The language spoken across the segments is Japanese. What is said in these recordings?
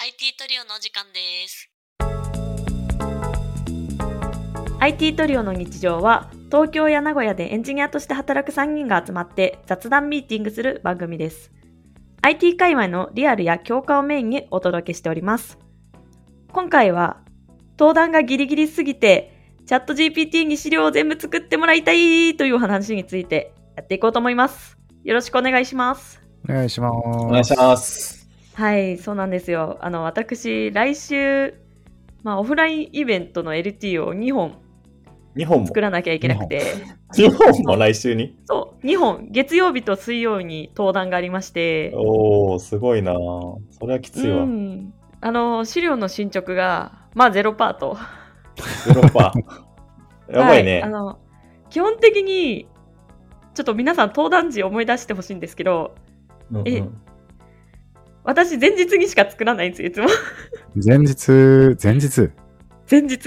IT トリオのお時間です。 IT トリオの日常は東京や名古屋でエンジニアとして働く3人が集まって雑談ミーティングする番組です。IT 界隈のリアルや強化をメインにお届けしております。今回は登壇がギリギリすぎてチャット GPT に資料を全部作ってもらいたいという話についてやっていこうと思います。よろしくお願いします。お願いします。お願いします。はい、そうなんですよ。あの、私、来週、まあ、オフラインイベントの LT を2本日本も作。らなきゃいけなくて。日本も来週に。そう、2本、月曜日と水曜日に登壇がありまして、おー、すごいなそれはきついうわ。ん、あの資料の進捗が、まあ、ゼロパート。ヨーロッ パ。やばいね。はあの基本的に、ちょっと皆さん、登壇時思い出してほしいんですけど、うんうんえ私、前日にしか作らないんですよ、いつも。 前日、前日。前日。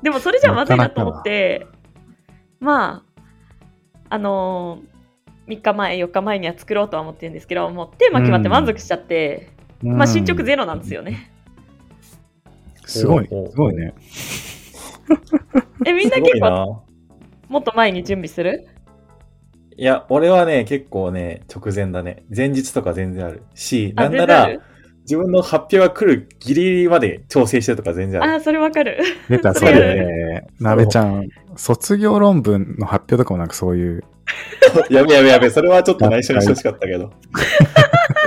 でも、それじゃまずいなと思って、まあ、あの3日前、4日前には作ろうとは思ってるんですけど、もうテーマ決まって満足しちゃって、まあ、進捗ゼロなんですよね。すごい、すおうおうごいね。え、みんなすご結い構、なもっと前に準備するいや、俺はね、結構ね、直前だね。前日とか全然あるし、あなんな全然あらる、自分の発表が来るギリギリまで調整してるとか全然ある。あ、それわかる。 出た、そそれれ。なべちゃん、卒業論文の発表とかもなんかそういう。 やべやべやべ、それは ちょっと内緒にしてほしかったけど。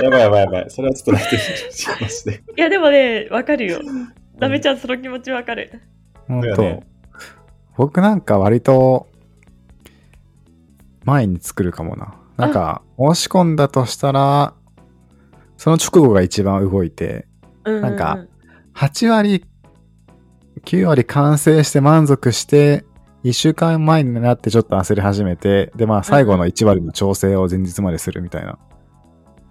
やばいやばいやばい、それはちょっと内緒にしてほしい。いや、でもね、わかるよ。ダメちゃん、その気持ちわかる。本だよ当ね。僕なんか割と、前に作るかもな。なんか、申し込んだとしたら、その直後が一番動いて、ううなんか、8割、9割完成して満足して、1週間前になってちょっと焦り始めて、で、まあ最後の1割の調整を前日までするみたいな。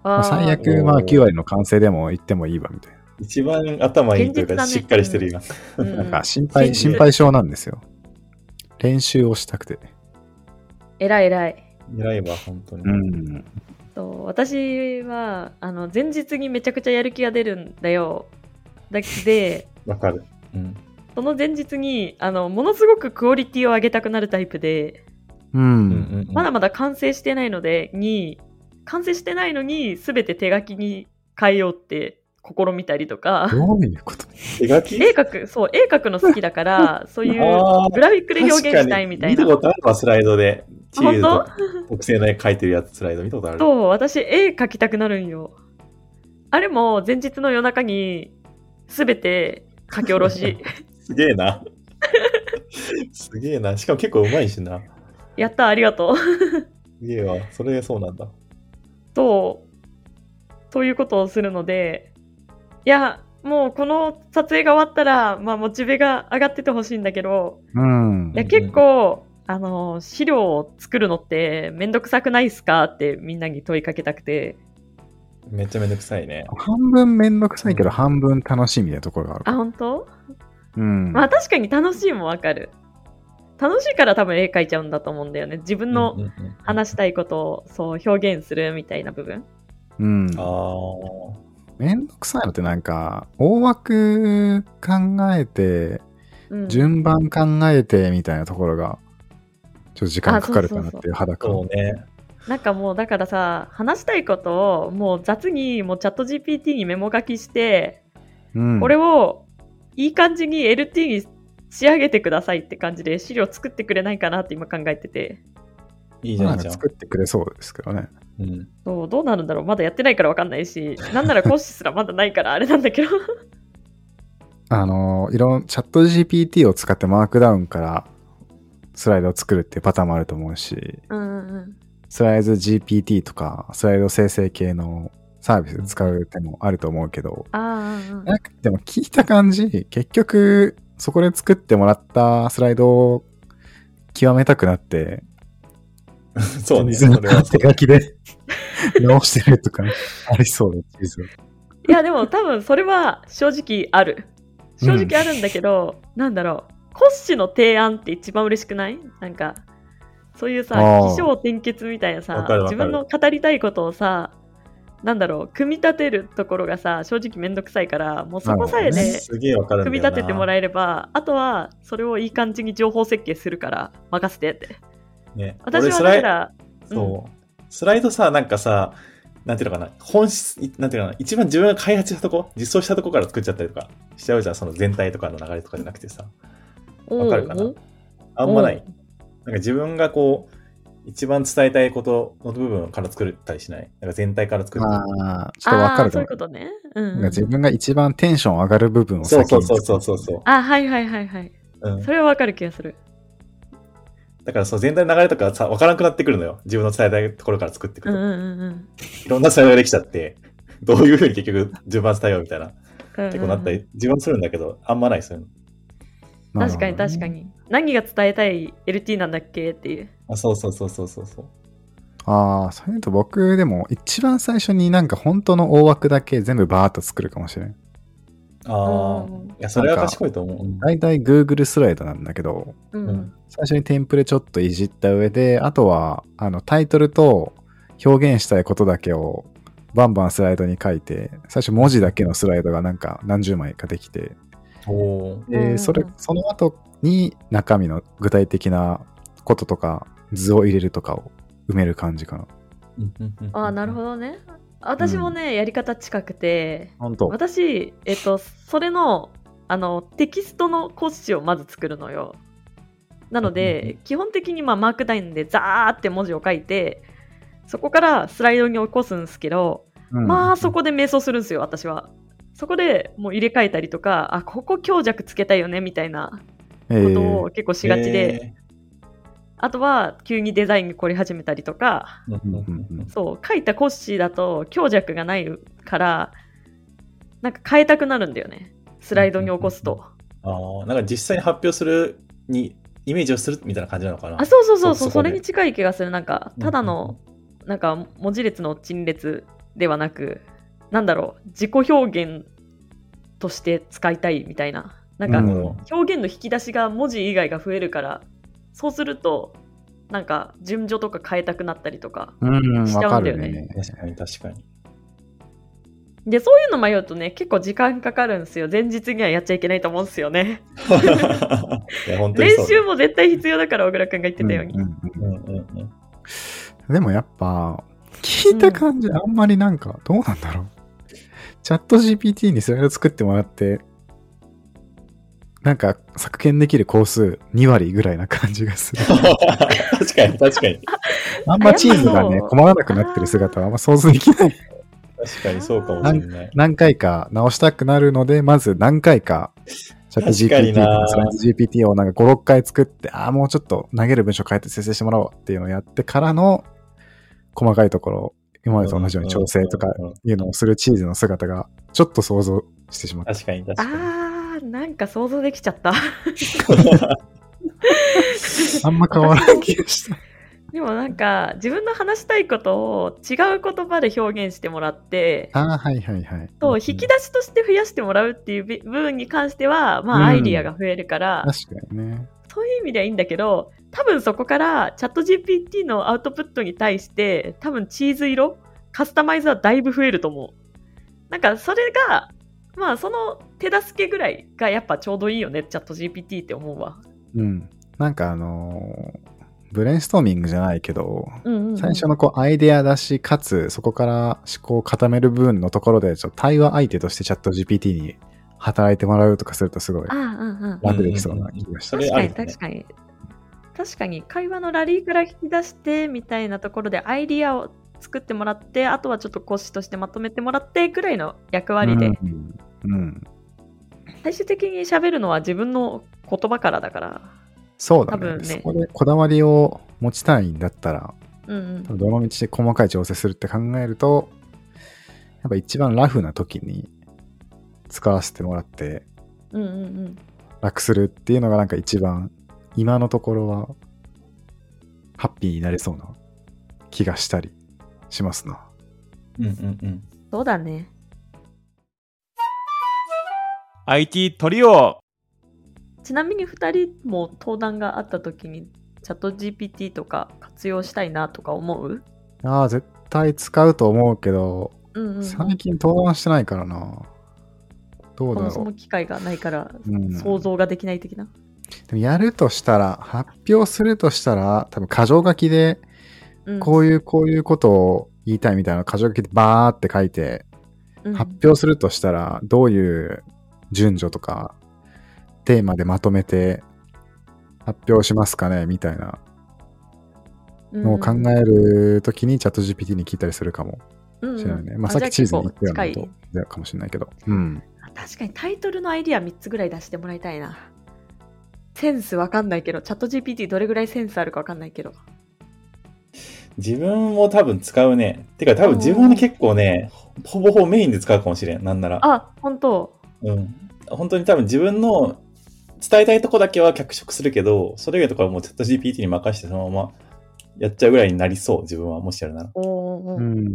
まああー最お悪、ーまあ9割の完成でも言ってもいいわみたいな。一番頭いいという現実だか、ねしっかりしてる今。うんなんか心配、心心配配性なんですよ。練習をしたくて。偉い偉い。偉いわ、本当に。うん。そう私は、あの、前日にめちゃくちゃやる気が出るんだよ。だで、わかる。うん。その前日に、あの、ものすごくクオリティを上げたくなるタイプで、ううんん。うんうんまだまだ完成してないので、に、完成してないのに、すべて手書きに変えようって試みたりとか。どういうこと手書き 絵描く、そう、絵描くの好きだから、そういうあーグラフィックで表現したいみたい確かに見たな。ことあるわ、スライドで。チーズあと特製の絵描いてるやつ、スライド見たことある。そう、私、絵描きたくなるんよ。あれも、前日の夜中に、すべて書き下ろし。すげえな。 すげえな。しかも結構うまいしな。やった、ありがとう。すげえわ。それそうなんだ。と、そういうことをするので、いや、もうこの撮影が終わったら、まあ、モチベが上がっててほしいんだけど、うんい。や、うん結構、あの、資料を作るのって、めんどくさくないっすかってみんなに問いかけたくて。めっちゃめんどくさいね。半分めんどくさいけど、うん半分楽しいみたいなところがあるかあ、ら。本当うん。まあ確かに楽しいもわかる。楽しいから多分絵描いちゃうんだと思うんだよね。自分のうんうんうん話したいことをそう表現するみたいな部分。うん。あーめんどくさいのってなんか、大枠考えて、うん、順番考えてみたいなところが、ちょっと時間かかるかなっあそうていう裸そうを。ね。なんかもうだからさ、話したいことをもう雑にもうチャット GPT にメモ書きして、うんこれをいい感じに LT に仕上げてくださいって感じで資料作ってくれないかなって今考えてて。いいじなゃんん、かじゃん。作ってくれそうですけどね。うんそうどうなるんだろうまだやってないからわかんないし、なんなら講師すらまだないからあれなんだけど。あのー、いろん、チャット GPT を使ってマークダウンからスライドを作るっていうパターンもあると思うし、うんうん。スライド GPT とか、スライド生成系のサービス使う手もあると思うけど、ああ。なんかでも聞いた感じ、結局、そこで作ってもらったスライドを極めたくなって、そうね。そ全れは然そう手書きで直してるとかありそうだチーズいやでも多分それは正直あるう正ん直あるんだけど、なんだろうコッシーの提案って一番嬉しくないなんかそういうさあー起承転結みたいなさわかるわか自分るの語りたいことをさなんだろう、組み立てるところがさ、正直めんどくさいから、もうそこさえなる ほどねね、すげえわかるんだよ組な。み立ててもらえれば、あとはそれをいい感じに情報設計するから、任せてって。ね、私俺はだスラかイら、そう。スライドさ、なんかさ、なんていうのかな、本質、いなんていうのかな、一番自分が開発したとこ、実装したとこから作っちゃったりとかしちゃうじゃん、その全体とかの流れとかじゃなくてさ、わかるかなおうあんまなうい。なんか自分がこう、一番伝えたいことの部分から作ったりしない。なんか全体から作ったり。ああ、ちょっとわあかあ、るそういかもう。ことね。うんなうんん、か自分が一番テンション上がる部分をそう先そうにそうそうそうそう。あ、はいはいはいはい。うん、それはわかる気がする。だからそう全体の流れとかさ、わからなくなってくるのよ。自分の伝えたいところから作ってくうんるうんと。うんうん。いろんなスライドができちゃって、どういうふうに結局順番伝えようみたいな。結構なったうんうんり、自分するんだけど、あんまないそういうの。うん確かに確かに。に。何が伝えたい LT なんだっけっていう。あ、そうそうそうそうそうそう。ああ、そういうと僕でも一番最初になんか本当の大枠だけ全部バーッと作るかもしれん。ああう。んいや、それは賢いと思ううん。大体 Google スライドなんだけど、うんうん最初にテンプレちょっといじった上で、あとはあのタイトルと表現したいことだけをバンバンスライドに書いて、最初文字だけのスライドがなんか何十枚かできて、おおー。でうんうんそれその後に中身の具体的なこととか図を入れるとかを埋める感じかな。ああ、なるほど。どね。私もね、やり方近くて、本当。私、えっと、それの、あの、テキストの骨子をまず作るのよ。なのうんうで、基本的にまあマークダインでザーって文字を書いて、そこからスライドに起こすんですけど、うんまあそこで瞑想するんですよ、私は。そこでもう入れ替えたりとか、あ、ここ強弱つけたいよね、みたいなえことーを結構しがちで、へあとは急にデザインに凝り始めたりとか、ー。うんうんうんそう書いたコッシーだと強弱がないからなんか変えたくなるんだよねスライドに起こすと、ああ、なんか実際に発表するに、イメージをするみたいな感じなのかな。あそうそうそうそうそそこでれに近い気がするなんかうんただの、なんか文字列の陳列ではなくなんだろう自己表現として使いたいみたいななんか、うん表現の引き出しが文字以外が増えるからそうするとなんか順序とか変えたくなったりとかうん、しちわゃかうんだるよねね。確かに 確かに。でそういうの迷うとね結構時間かかるんですよ前日にはやっちゃいけないと思うんですよねいや、本当に練そうだ。習も絶対必要だから小倉君が言ってたように、うんうんうんうんうん。うんでもやっぱ、聞いた感じ、あんまりなんか、どうなんだろう。チャット GPT にスライド作ってもらって、なんか削減できる工数2割ぐらいな感じが する。確かに確かに。あんまチーズがやね、っぱそう困らなくなってる姿はあんま想像できない。確かにそうかもしれない。何回か直したくなるので、まず何回か、チャット確か GPT にとなかスライド GPT をなんか5、6回作って、ああ、もうちょっと投げる文章変えて生成してもらおうっていうのをやってからの、細かいところ、今までと同じように調整とかうんうんうんいうのをするチーズの姿が、ちょっと想像してしまった。確かに確かあーなんか想像できちゃった あんま変わらない気が した。でもなんか自分の話したいことを違う言葉で表現してもらってああ、はいはいはい。とうん引き出しとして増やしてもらうっていう部部分に関してはまうんあアイディアが増えるから、確かにね。そういう意味ではいいんだけど多分そこからチャット GPT のアウトプットに対して多分チーズ色カスタマイズはだいぶ増えると思うなんかそれがまあその手助けぐらいがやっぱちょうどいいよねチャット GPT って思うわうん。なんかあのーブレインストーミングじゃないけど、うんうんうん最初のこうアイデア出し、かつそこから思考を固める部分のところで、ちょっと対話相手としてチャット GPT に働いてもらうとかするとすごいああうんうん楽できそうな気がした。うんうん確それあかりにだね確かに確かに会話のラリーから引き出してみたいなところでアイディアを作ってもらってあとはちょっと講師としてまとめてもらってぐらいの役割で、うんうん。最終的に喋るのは自分の言葉からだから。そうだ多分ね。ねそこでこだわりを持ちたいんだったら、うんうん多分どの道で細かい調整するって考えると、やっぱ一番ラフな時に使わせてもらってうんうんうん。楽するっていうのがなんか一番今のところはハッピーになれそうな気がしたりしますな。に。うんうんうん。そうだね。 IT トリオちなみに2人も登壇があった時にチャット GPT とか活用したいなとか思うああ、絶対使うと思うけど、うんうんうん、そ最近登壇してないからな。どうだもそろも機会がないから、う。うん、想像ができない的な。でもやるとしたら、発表するとしたら、多分箇条書きで、うんこういう、こういうことを言いたいみたいな、箇条書きでバーって書いて、うん発表するとしたら、どういう順序とか、テーマでまとめて、発表しますかねみたいなのを考ええるときに、チャット GPT に聞いたりするかもしれないね。まあ、さっきチーズに言ったような近いことだかもしれないけど。うん。確かにタイトルのアイディア3つぐらい出してもらいたいな。センスわかんないけど、チャット GPT どれぐらいセンスあるかわかんないけど。自分も多分使うね。てか多分自分は結構ね、ほぼほぼメインで使うかもしれん。なんなら。あ、本当うん。本当に多分自分の伝えたいとこだけは脚色するけど、それ以外のとこはもうチャット GPT に任せてそのままやっちゃうぐらいになりそう。自分はもしやるなら。おーおー、うん。じ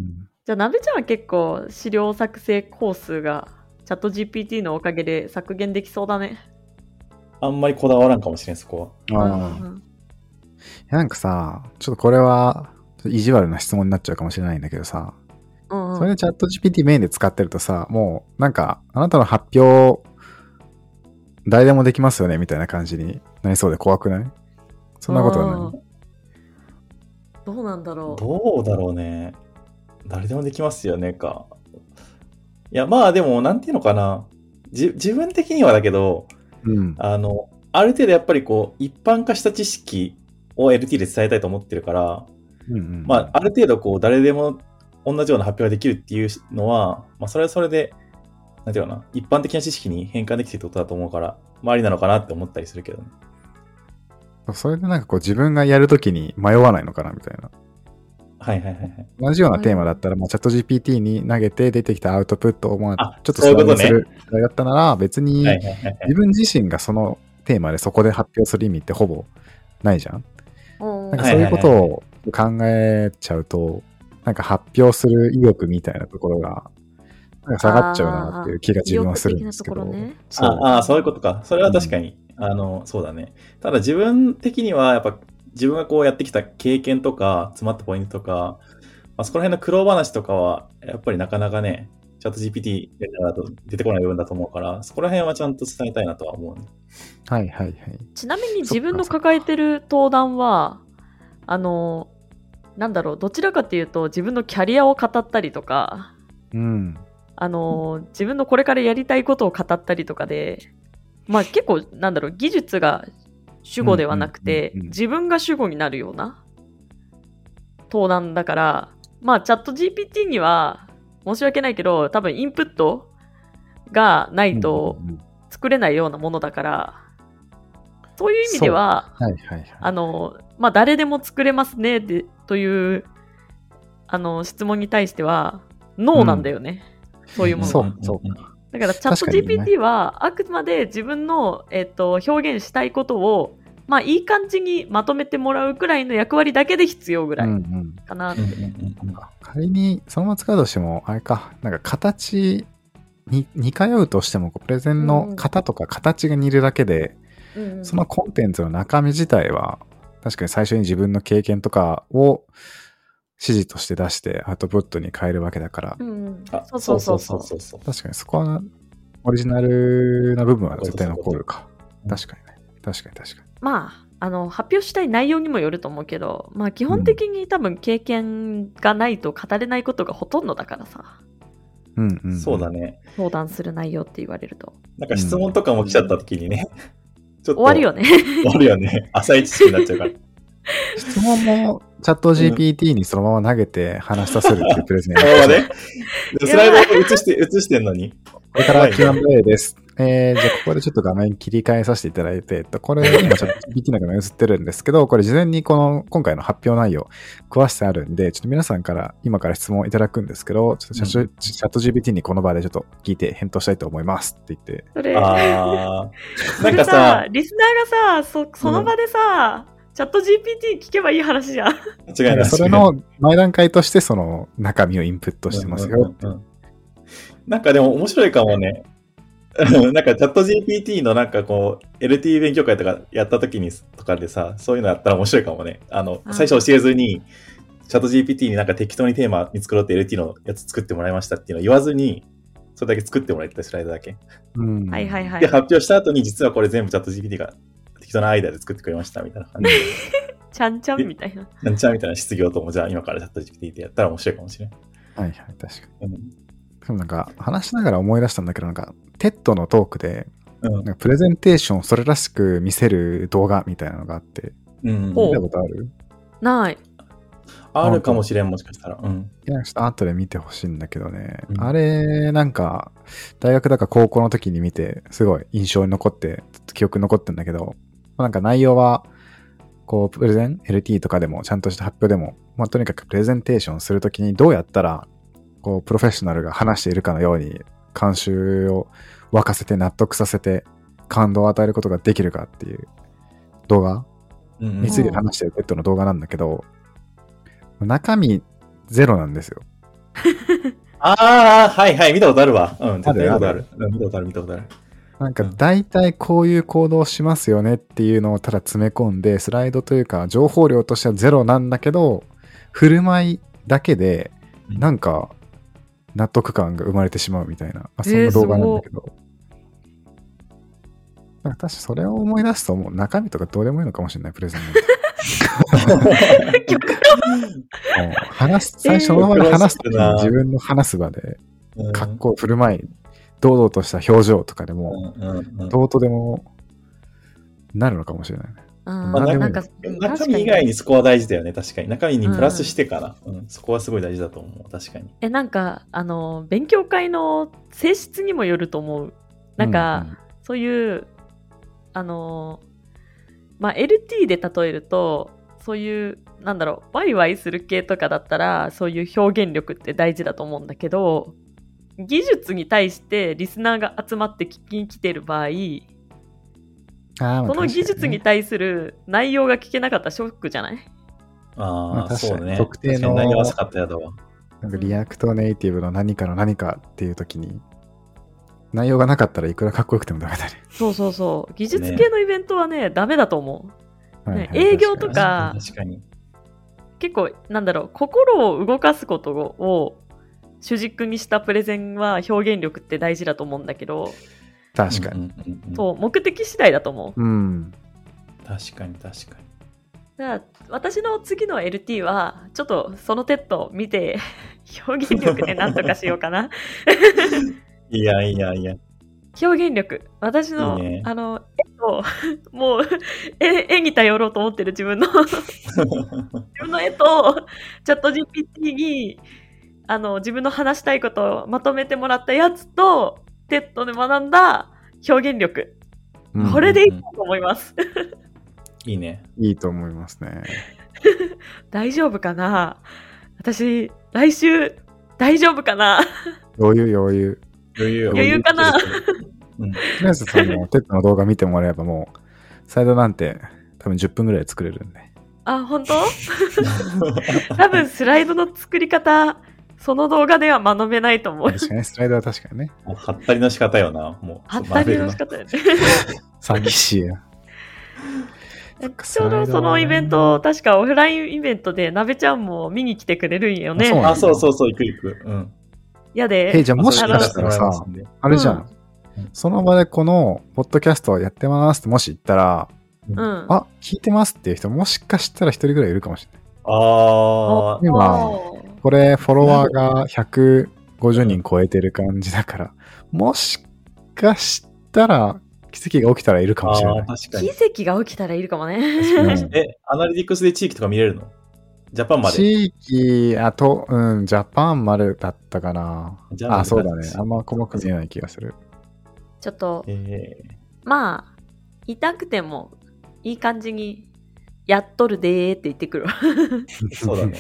ゃあ、なべちゃんは結構資料作成工数がチャット GPT のおかげで削減できそうだね。あんまりこだわらんかもしれん、そこは。あうあ。んうんなんかさ、ちょっとこれは、意地悪な質問になっちゃうかもしれないんだけどさ、うんうんそれでチャット GPT メインで使ってるとさ、もうなんか、あなたの発表、誰でもできますよねみたいな感じになりそうで怖くないそんなことはない。あーどうなんだろう。どうだろうね。誰でもできますよねか。いや、まあでも、なんていうのかな。じ自分的にはだけど、うん。あの、ある程度やっぱりこう、一般化した知識を LT で伝えたいと思ってるから、うんうんまあ、ある程度こう、誰でも同じような発表ができるっていうのは、まあ、それはそれで、なんていうのかな、一般的な知識に変換できてるってことだと思うから、まあ、ありなのかなって思ったりするけどね。それでなんかこう自分がやるときに迷わないのかなみたいな。はいはいはいはい。同じようなテーマだったら、まあ、チャット GPT に投げて出てきたアウトプットを、まああ、ちょっとそういうことすねるぐらいだったなら、別にはいはいはいはい。自分自身がそのテーマでそこで発表する意味ってほぼないじゃんうんうんなんかそういうことを考えちゃうと、なんか発表する意欲みたいなところが、なんか下がっちゃうなっていう気が自分はするんですけ意ど欲的なところね。そうああ、そういうことか。それは確かに、あの、そうだね。ただ自分的には、やっぱ自分がこうやってきた経験とか、詰まったポイントとか、まあ、そこら辺の苦労話とかは、やっぱりなかなかね、チャット GPT やりながらだと出てこない部分だと思うから、そこら辺はちゃんと伝えたいなとは思うね、はいはいはい。ちなみに自分の抱えてる登壇は、あの、なんだろう、どちらかというと、自分のキャリアを語ったりとか、うん。あの、自分のこれからやりたいことを語ったりとかで、まあ結構、なんだろう、技術が主語ではなくてうんうんうんう、ん自分が主語になるような登壇だから、まあチャット GPT には、申し訳ないけど、多分インプットがないとうんうんうん作れないようなものだから、そういう意味では、はいはいはい。あの、まあ、誰でも作れますねでという、あの、質問に対しては、ノーなんだよね。そういうものそは。う、そう。だから、チャット確かにね GPT は、あくまで自分の、えっと、表現したいことを、まあ、いい感じにまとめてもらうくらいの役割だけで必要ぐらうんういん。かな。うんうんうんうん仮に、そのまま使うとしても、あれか、なんか形に似通うとしても、こうプレゼンの型とか形が似るだけで、うんうんそのコンテンツの中身自体は、確かに最初に自分の経験とかを指示として出してアウトプットに変えるわけだから、うんうんあそうそうそうそう。そうそう。確かにそこはオリジナルな部分は絶対残るかう。ん確かにね。確かに確かまあ、あの発表したい内容にもよると思うけど、まあ、基本的に多分経験がないと語れないことがほとんどだからさに。うんうん。そうだ。ね。相談する内容って言われるとなんか質問とかも来ちゃった時にね、ちょっと終わるよね終わるよね。浅い知識になっちゃ うから。質問もチャット GPT にそのまま投げて話しさせるっていうプレゼン。そのままね。でスライドを映して、映してんのに。これから Q&A です。えー、じゃあここでちょっと画面切り替えさせていただいて、えっとこれ今ちょっと BT の画面映ってるんですけど、これ事前にこの今回の発表内容詳しさあるんで、ちょっと皆さんから今から質問いただくんですけど、ちょっとチャット,、うチャット GPT にこの場でちょっと聞いて返答したいと思いますって言って。それああ。そなんれかささ、リスナーがさそその場でさ、チャット GPT 聞けばいい話じゃん間違いない。それの前段階としてその中身をインプットしてますよって。うんうんうんなんかでも面白いかもね。 なんかチャット GPT のなんかこう LT 勉強会とかやった時にとかでさ、そういうのやったら面白いかもね。あの、あー最初教えずに、チャット GPT になんか適当にテーマ見繕って LT のやつ作ってもらいましたっていうのを言わずに、それだけ作ってもらってたスライドだけ。うん。はいはいはいで、。発表した後に実はこれ全部チャット GPT が適当なアイデアで作ってくれましたみたいな感じで。ちゃんちゃんみたいな。なんちゃらみたいな失業とも、じゃあ今からチャット GPT でやったら面白いかもしれない。はいはい、確かに。うんでもなんか、話しながら思い出したんだけど、なんか、テッドのトークで、うんなんかプレゼンテーションをそれらしく見せる動画みたいなのがあって、うんほ見うたことあるない。あるかもしれん、もしかしたら。うん。いや、ちょっと後で見てほしいんだけどね。うんあれ、なんか、大学だか高校の時に見て、すごい印象に残って、記憶に残ってんだけど、まあなんか内容は、こう、プレゼン、LT とかでも、ちゃんとした発表でも、まあとにかくプレゼンテーションするときにどうやったら、こう、プロフェッショナルが話しているかのように、監修を沸かせて納得させて、感動を与えることができるかっていう動画うんうんについて話してるペットの動画なんだけど、中身ゼロなんですよ。ああ、はいはい、見たことあるわ。うん、あ絶る対見たことある。うん見たことある、見たことある。なんかうん大体こういう行動しますよねっていうのをただ詰め込んで、スライドというか情報量としてはゼロなんだけど、振る舞いだけで、うんなんか納得感が生まれてしまうみたいな、まあそんな動画なんだけど。なんか確かそれを思い出すともう中身とかどうでもいいのかもしれない、プレゼンなんて もう話す、最初の場で話すときに自分の話す場で、うん格好、振る舞い、堂々とした表情とかでも、うんうんうんどうとでもなるのかもしれないね。うん。まあでもなんか、中身以外確にかそこは大事だよね、確かに。中身にプラスしてから、うんそこはすごい大事だと思う、確かに。え、なんか、あの、勉強会の性質にもよると思う。なんか、そういう、あのーまあ、LT で例えると、そういう、なんだろう、ワイワイする系とかだったら、そういう表現力って大事だと思うんだけど、技術に対してリスナーが集まって聞きに来てる場合、うんうん、あーまあその技術に対する内容が聞けなかったらショックじゃないあまあ、あそうね。確かに特定の確かに内容は浅かったやだわ。確かにねなんかリアクトネイティブの何かの何かっていう時に、内容がなかったらいくらかっこよくてもダメだね。そうそうそう。技術系のイベントはね、ダメだと思う。はいはいね営業とか確かに。結構なんだろう心を動かすことを主軸にしたプレゼンは表現力って大事だと思うんだけど、確かに。に。うんうんうんそう目的次第だと思ううん。確かに、確かに。だから私の次の LT はちょっとそのテッドを見て 表現力で何とかしようかないやいやいや。表現力私のいいねあの絵を もう絵絵に頼ろうと思ってる自 分の自分の絵とチャット GPT にあの自分の話したいことをまとめてもらったやつとテッドで学んだ表現力うんこれでいいと思います。 いいね。いいと思いますね。大丈夫かな私、来週、大丈夫かな 余裕余裕。余裕余裕かなうん とりあえずそのテッドの動画見てもらえばもう、サイドなんて多分10分ぐらいで作れるんで。あ、本当多 分、スライドの作り方、その動画では学べないと思う。確かにねスライドは確かにね。もうはったりの仕方よな。もう。はったりの仕方でね。詐欺師 や。ちょうどそのイベント、確かオフラインイベントで、なべちゃんも見に来てくれるんよあそうね。なあ、そうそうそう、行く行く。うん。やえでじ。ゃあもしかしたらさ、あれじゃん。その場でこの、ポッドキャストをやってますってもし言ったら、うん。あ、聞いてますっていう人、もしかしたら一人ぐらいいるかもしれない。ああ、今おーこれ、フォロワーが150人超えてる感じだから、もしかしたら、奇跡が起きたらいるかもしれあなあい。確か奇に。跡が起きたらいるかもね。 うんえ、アナリティクスで地域とか見れるのジャパンまで。地域、あと、うん、ジャパンまでだったかなジャ。パンまであ、そうだね。あんま細く見えない気がする。ちょっと、えまあ、痛くてもいい感じに、やっとるでーって言ってくるわ。ーそうだね。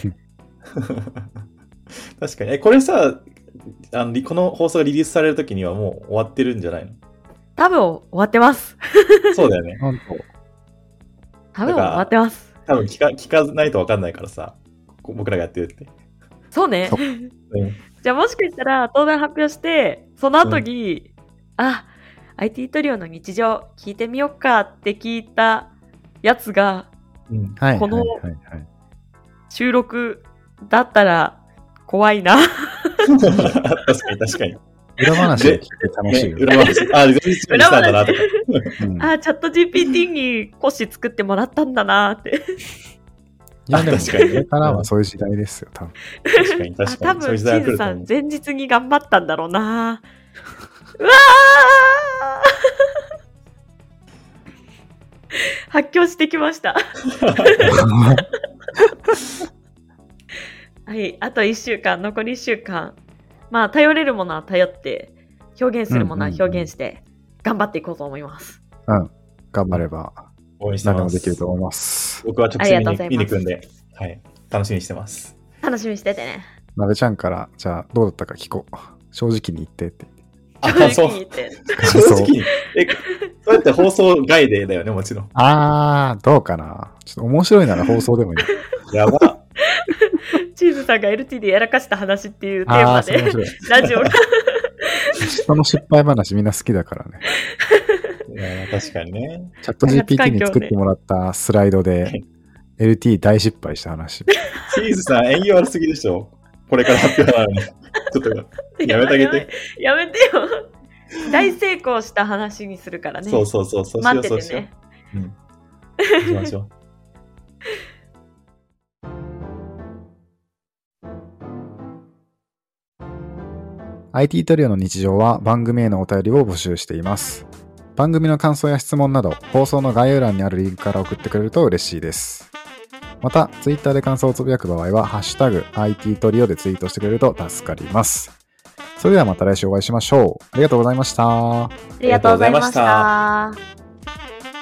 確かに。え、これさ、あのリこの放送がリリースされるときにはもう終わってるんじゃないの 多分終わってます。そうだよね。本当多分終わってます。多分聞か聞かないと分かんないからさ、こ僕らがやってるって。そうねそ。うんじゃあもしかしたら登壇発表して、その後に、あ、IT トリオの日常聞いてみよっかって聞いたやつがうんはい。このはいはいはい収録だったら、怖いな。 確かに確かに。裏話で聞いて楽しいね、よ。裏話。あ、全然したんだなとか。うんあ、チャット GPT にコッシー作ってもらったんだなって。いやでも確かにこれからはそういう時代ですよ、多分。確かにあ、確か多に。そ分ういうチ時代がー来ズるとさ思んう。前日に頑張ったんだろうな。うわー発狂してきました。はい、あと1週間、残り1週間。まあ、頼れるものは頼って、表現するものは表現して、頑張っていこうと思います。頑張れば、応援して何でまもす。できると思います。僕は直接見ありがとうござにいます見に行くんで、はい。楽しみにしてます。楽しみにしててね。なべちゃんから、じゃあどうだったか聞こう。正直に言ってってあ、正そう。直に言って。 正そう直に。え、そうやって放送外でだよね、もちろん。あー、どうかな。ちょっと面白いなら放送 でもいい。やば。チーズさんが LT でやらかした話っていうテーあマー、そでれ面、白い。ラジオが。人の失敗話みんな好きだからね。いや確かにね。チャット GPT に作ってもらったスライドで、LT 大失敗した話。チーズさん、演技悪すぎでしょ。これから発表なのに。ちょっと、やめてあげて。やめてよ。大成功した話にするからね。そうそうそう、そうしよ待う、っそうてしてようね。。うん。行きましょう。 IT トリオの日常は番組へのお便りを募集しています。番組の感想や質問など、放送の概要欄にあるリンクから送ってくれると嬉しいです。また、Twitter で感想をつぶやく場合は、ハッシュタグ IT トリオでツイートしてくれると助かります。それではまた来週お会いしましょう。ありがとうございました。ありがとうございましたりがとうございました。